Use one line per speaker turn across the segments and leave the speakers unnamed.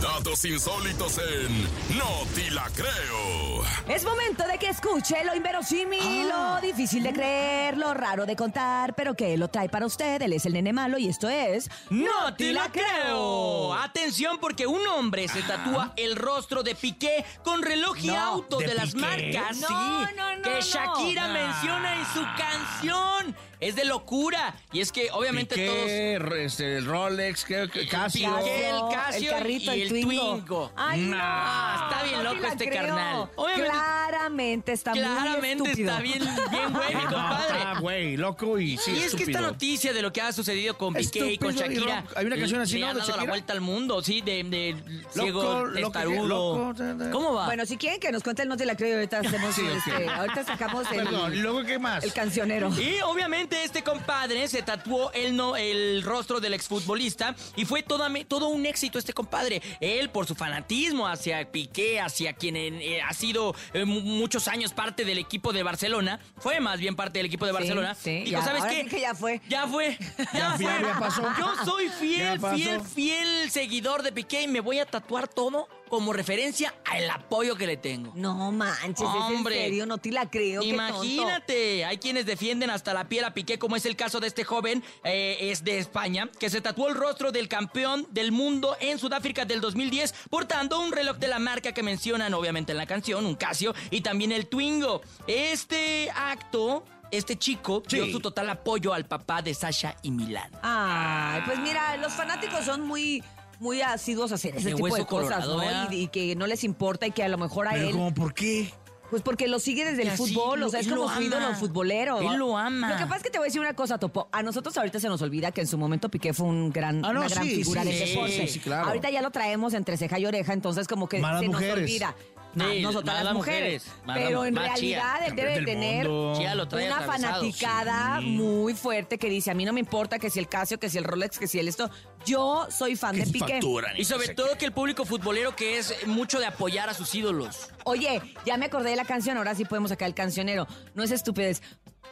Datos insólitos en No Te La Creo.
Es momento de que escuche lo inverosímil,
Ah.
lo difícil de creer, lo raro de contar, pero que él lo trae para usted. Él es el nene malo y esto es.
¡No te la creo! Atención porque un hombre se tatúa el rostro de Piqué con reloj y
No,
auto de,
¿de
las
Piqué?
marcas
No,
sí,
no, no,
que
no.
Shakira
Nah.
menciona en su canción. Es de locura. Y es que obviamente todos...
Piqué, re- este, el Rolex, ¿qué- qué- Casio.
Piqué, el
No,
Casio
carrito,
y
el,
el
Twingo.
Twingo.
Ay, no.
Nah,
está bien
no te
loco
la
este
creo.
carnal. Obviamente-
Claramente está muy
Claramente
estúpido.
está bien, bien güey, mi
No,
compadre.
está güey, loco y sí,
y es que esta
estúpido.
noticia de lo que ha sucedido con Piqué y con
Estúpido y
Shakira.
loco. Hay una canción así,
le
¿no?
han
de
dado la
Shakira.
vuelta al mundo, sí, de, de
loco,
ciego, testarudo.
loco, da, da.
¿Cómo va?
Bueno, si quieren que nos cuente el no te la creo, ahorita hacemos
Sí, ok.
este, ahorita sacamos el,
Perdón, ¿y luego qué más?
el cancionero.
Y obviamente este compadre se tatuó el, no, el rostro del exfutbolista y fue toda, me- todo un éxito este compadre. Él por su fanatismo hacia Piqué, hacia quien eh, ha sido eh, mu- muchos años parte del equipo de Barcelona, fue más bien parte del equipo de
Sí,
Barcelona.
sí,
Dijo,
ya,
¿sabes
ahora
qué?
sí que ya fue".
Ya fue. Ya,
Ya fue,
fue.
ya pasó.
Yo soy fiel,
Ya pasó.
fiel, fiel seguidor de Piqué y me voy a tatuar todo como referencia al apoyo que le tengo.
No manches,
Hombre.
es en serio, no te la creo. qué tonto.
Imagínate, hay quienes defienden hasta la piel a Piqué, como es el caso de este joven, eh, es de España, que se tatuó el rostro del campeón del mundo en Sudáfrica del 2010, portando un reloj de la marca que mencionan obviamente en la canción, un Casio, y también el Twingo. Este acto, este chico,
Sí.
dio su total apoyo al papá de Sasha y Milán.
Ay, pues mira, los fanáticos son muy muy asiduos a hacer ese
De
tipo de
hueso
cosas,
colorado,
¿no?
¿verdad?
Y, y que no les importa y que a lo mejor a
Pero
él,
como, ¿por qué?
pues porque lo sigue desde
Que
el
así
fútbol,
lo-
o sea, es
él
como
lo
su ídolo
ama.
futbolero.
Él lo ama.
Lo que pasa es que te voy a decir una cosa, Topo. A nosotros ahorita se nos olvida que en su momento Piqué fue un gran,
Ah, no,
una gran
sí,
figura
sí,
del
sí,
deporte.
sí, sí,
claro.
Ahorita ya lo traemos entre ceja y oreja, entonces como que
Malas
se nos
mujeres.
olvida.
Sí,
nosotras
malas
las mujeres.
mujeres, malas-
Pero en
más chía.
realidad él debe
Campeón
de
del
tener
mundo.
Ya lo trae
Oh. una
atravesado.
fanaticada
Sí.
muy fuerte que dice, a mí no me importa que si el Casio, que si el Rolex, que si el esto. Yo soy fan de
¿Qué
Piqué.
facturan?
Y sobre todo que el público futbolero que es mucho de apoyar a sus ídolos.
Oye, ya me acordé de la canción, ahora sí podemos sacar el cancionero. No es estupidez.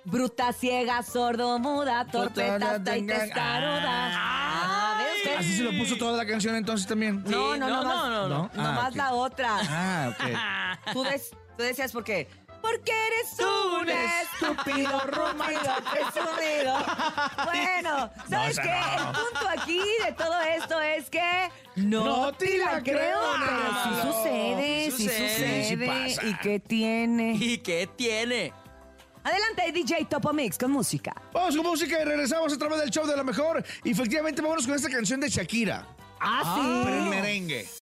Bruta, ciega, sordo, muda, torpe,
Total,
tasta y
tenga-
testaruda. Ah,
Ah.
¿ve usted?
Así se lo puso toda la canción entonces
No,
también.
Sí,
no,
no,
no,
no, no,
no,
no. Ah,
Nomás
ok.
la otra.
Ah, ok.
Tú, des- tú decías por qué. Porque eres un
Un
estúpido, romántico, presumido. Bueno, ¿sabes
esa
qué?
no.
El punto aquí de todo esto es que
No te la creo,
pero sí
no.
sucede,
Sí
sí
sucede,
sucede.
sí pasa.
¿Y qué tiene?
¿Y qué tiene?
Adelante, DJ Topo Mix con música.
Vamos con música y regresamos a través del show de la mejor. Y efectivamente, vámonos con esta canción de Shakira.
Ah, sí.